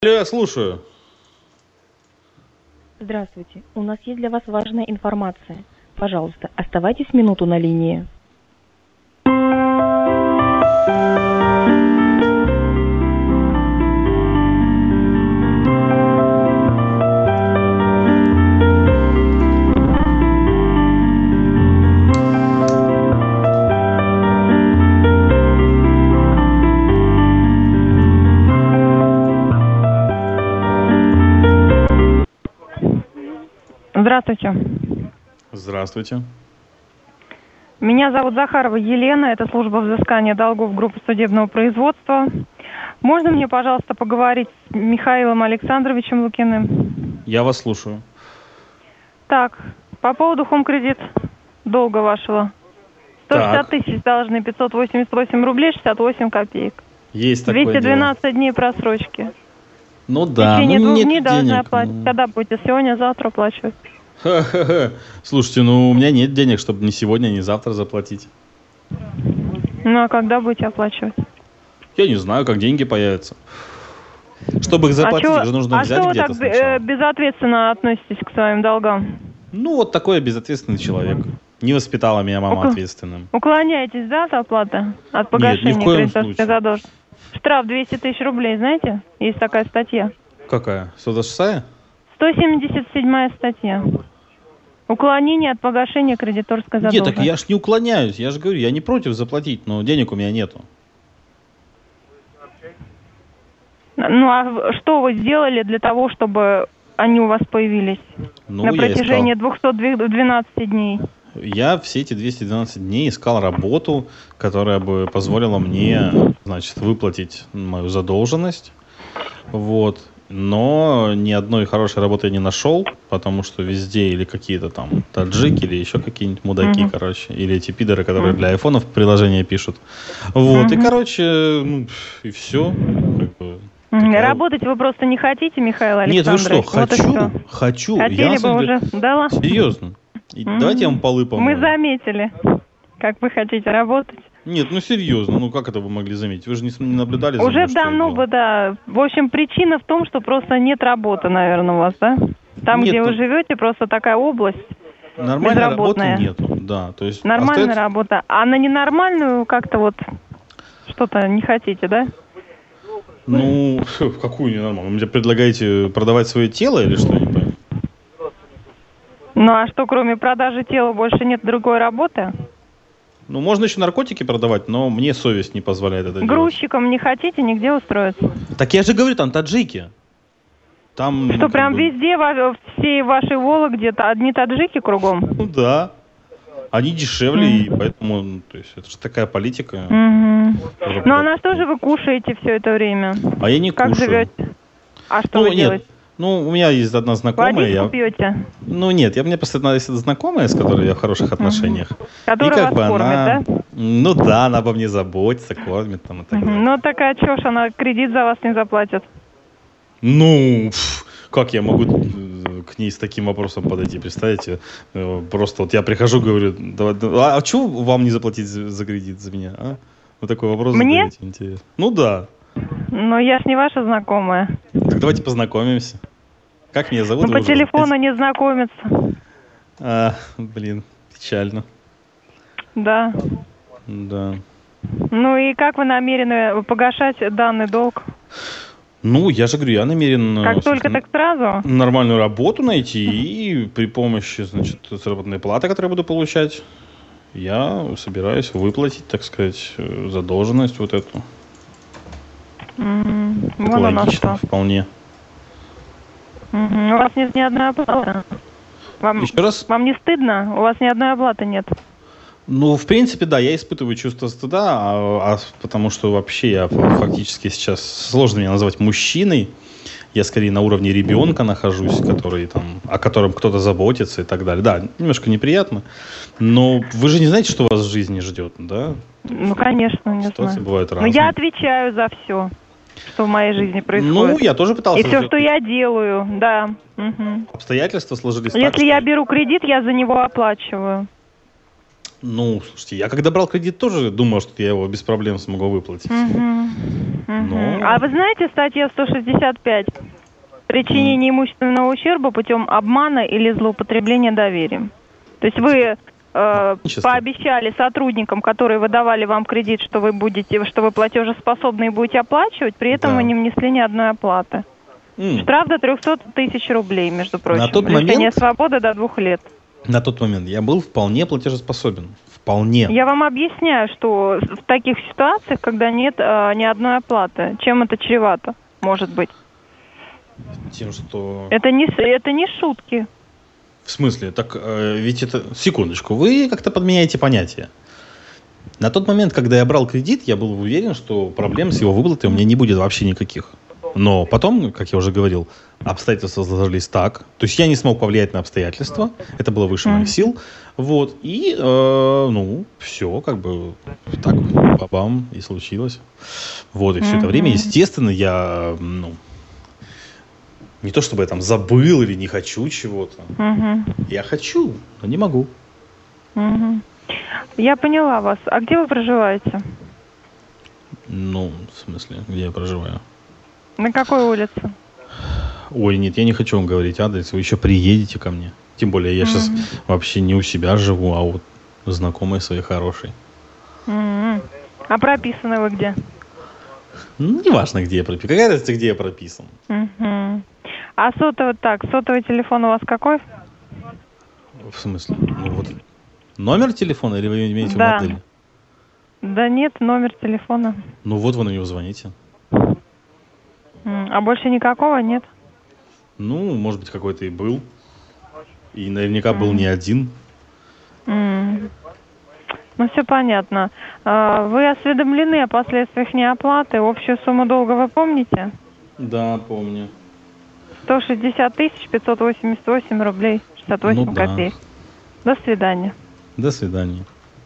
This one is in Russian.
Алло, я слушаю. Здравствуйте. У нас есть для вас важная информация. Пожалуйста, оставайтесь минуту на линии. Здравствуйте. Здравствуйте. Меня зовут Захарова Елена, это служба взыскания долгов группы судебного производства. Можно мне, пожалуйста, поговорить с Михаилом Александровичем Лукиным? Я вас слушаю. Так, по поводу хом-кредит долга вашего. 160 Так. тысяч должны, 588 рублей 68 копеек. Есть такое дело. 212 дней просрочки. Ну В да, течение ну двух нет дней должны денег. оплатить. ну. Когда будете? Сегодня, завтра оплачивать. Ха-ха-ха. Слушайте, ну у меня нет денег, чтобы ни сегодня, ни завтра заплатить. Ну а когда будете оплачивать? А Я не знаю, как деньги появятся. Чтобы их заплатить, а их же чё- нужно а взять что вы где-то так э, сначала. безответственно относитесь к своим долгам? Ну вот такой я безответственный человек. Не воспитала меня мама Ок. ответственным. Уклоняетесь, да, от оплаты? От погашения ни в коем кредиторской случае. задолженности? Штраф 200 тысяч рублей, знаете? Есть такая статья. Какая? 126 177 статья. Уклонение от погашения кредиторской Нет, так задолженности. я ж не уклоняюсь. Я же говорю, я не против заплатить, но денег у меня нету. Ну а в- что вы сделали для того, чтобы они у вас появились Ну, на я протяжении искал. 212 дней? Я все эти 212 дней искал работу, которая бы позволила мне, значит, выплатить мою задолженность. Вот. Но ни одной хорошей работы я не нашел, потому что везде или какие-то там таджики, или еще какие-нибудь мудаки, Мгм. короче, или эти пидоры, которые для айфонов приложения пишут. Вот, и, Мгм. короче, ну, пф, и все. М, Такая- Работать вы просто не хотите, Михаил а Нет, вы Александрович? что, Вот и всё. хочу, Ну, хочу. Я, Хотели на бы самом деле, уже, да ладно? Серьезно. И Мгм. Давайте я вам полы Мы помою. заметили, как вы хотите работать. Нет, ну серьезно, ну как это вы могли заметить? Вы же не, с- не наблюдали за Уже мной, что я давно бы, делал? да. В общем, причина в том, что просто нет работы, наверное, у вас, да? Там, Нет, где вы тут живете, просто такая область. Нормальной работы безработная. нету, да. То есть Нормальная остается- работа. А на ненормальную как-то вот что-то не хотите, да? Ну, в какую ненормальную? Вы мне предлагаете продавать свое тело или что? Я не понимаю. Ну а что, кроме продажи тела, больше нет другой работы? Ну, можно еще наркотики продавать, но мне совесть не позволяет это делать. Грузчиком не хотите нигде устроиться? Так я же говорю, там таджики. Там... Что, Ну, как прям бы, везде, во- всей вашей Вологде-то одни таджики кругом? Ну да. Они дешевле, Мгм. и поэтому, ну, то есть, это же такая политика. Мгм. которая- Ну а на что же вы кушаете все это время? А я не Как кушаю. живете? А что Ну, вы нет, делаете? Ну, у меня есть одна знакомая, Водичку я... пьете, Ну нет, я мне просто одна есть знакомая, с которой я в хороших отношениях. которая вас кормит, она, да? ну да, она обо мне заботится, кормит там и так Мгм. далее. Ну так а чё ж она кредит за вас не заплатит? Ну, пф, как я могу э, к ней с таким вопросом подойти, представляете? Э, Просто вот я прихожу, говорю, «Давай- да- а, а чего вам не заплатить за, за кредит за меня? а?» Вот такой вопрос Мне? задаете, интересно. Ну да. Ну я ж не ваша знакомая. Так давайте познакомимся. Как меня зовут? ну вы по уже телефону знаете? не знакомиться. А, блин, печально. Да. Да. Ну и как вы намерены погашать данный долг? Ну, я же говорю, я намерен... э, как только собственно, так сразу? нормальную работу найти и при помощи, значит, заработной платы, которую я буду получать, я собираюсь выплатить, так сказать, э, задолженность вот эту. М, Это Вон оно логично Ну, что. вполне. Мгм. У вас нет ни одной оплаты. Вам, Еще раз. вам не стыдно? У вас ни одной оплаты нет. Ну, в принципе, да, я испытываю чувство стыда, а- а потому что вообще я фактически сейчас сложно меня назвать мужчиной. Я скорее на уровне ребенка нахожусь, который там, о котором кто-то заботится и так далее. Да, немножко неприятно. Но вы же не знаете, что вас в жизни ждет, да? Ну конечно, не Ситуации знаю. бывают Но разные. я отвечаю за все, что в моей жизни происходит. Ну, я тоже пытался. И все, же- что я делаю, да. Мгм. Обстоятельства сложились так, Ну, Если что- я беру кредит, я за него оплачиваю. Ну, слушайте, я когда брал кредит, тоже думал, что я его без проблем смогу выплатить. Мгм. Мгм. Ну. А вы знаете статья 165? Причинение имущественного ущерба путем обмана или злоупотребления доверием. То есть вы э, Мошенничество. пообещали сотрудникам, которые выдавали вам кредит, что вы будете, что вы платежеспособны и будете оплачивать, при этом Да. вы не внесли ни одной оплаты. М, Штраф до 300 тысяч рублей, между прочим. тот Лишение момент- свободы до двух лет. На тот момент я был вполне платежеспособен. Вполне. Я вам объясняю, что в таких ситуациях, когда нет э, ни одной оплаты, чем это чревато, может быть. Тем, что... Это не, с- это не шутки. В смысле? Так э, ведь это... Секундочку, вы как-то подменяете понятие. На тот момент, когда я брал кредит, я был уверен, что проблем с его выплатой у меня не будет вообще никаких. Но потом, как я уже говорил, обстоятельства сложились так. То есть я не смог повлиять на обстоятельства. Это было выше Мгм. моих сил. Вот. И, э, ну, все, как бы, так, бабам, и случилось. Вот, и все это время, Мгм. естественно, я, ну, не то чтобы я там забыл или не хочу чего-то. Мгм, Я хочу, но не могу. мгм. Я поняла вас. А где вы проживаете? Ну, в смысле, где я проживаю? На какой улице? Ой, нет, я не хочу вам говорить адрес, вы еще приедете ко мне. Тем более, я сейчас Мгм, вообще не у себя живу, а вот у знакомой своей хорошей. мгм. А прописаны вы где? Ну, неважно, где я прописан. Какая разница, где я прописан? Мгм. А сотовый так, сотовый телефон у вас какой? В смысле? Ну, вот номер телефона или вы имеете в Да. модель? Да нет, номер телефона. Ну, вот вы на него звоните. М, А больше никакого нет? Ну, может быть, какой-то и был. И наверняка был не один. М. Ну, все понятно. А, Вы осведомлены о последствиях неоплаты. Общую сумму долга вы помните? Да, помню. 160 тысяч 588 рублей 68 Ну да. копеек. До свидания. До свидания.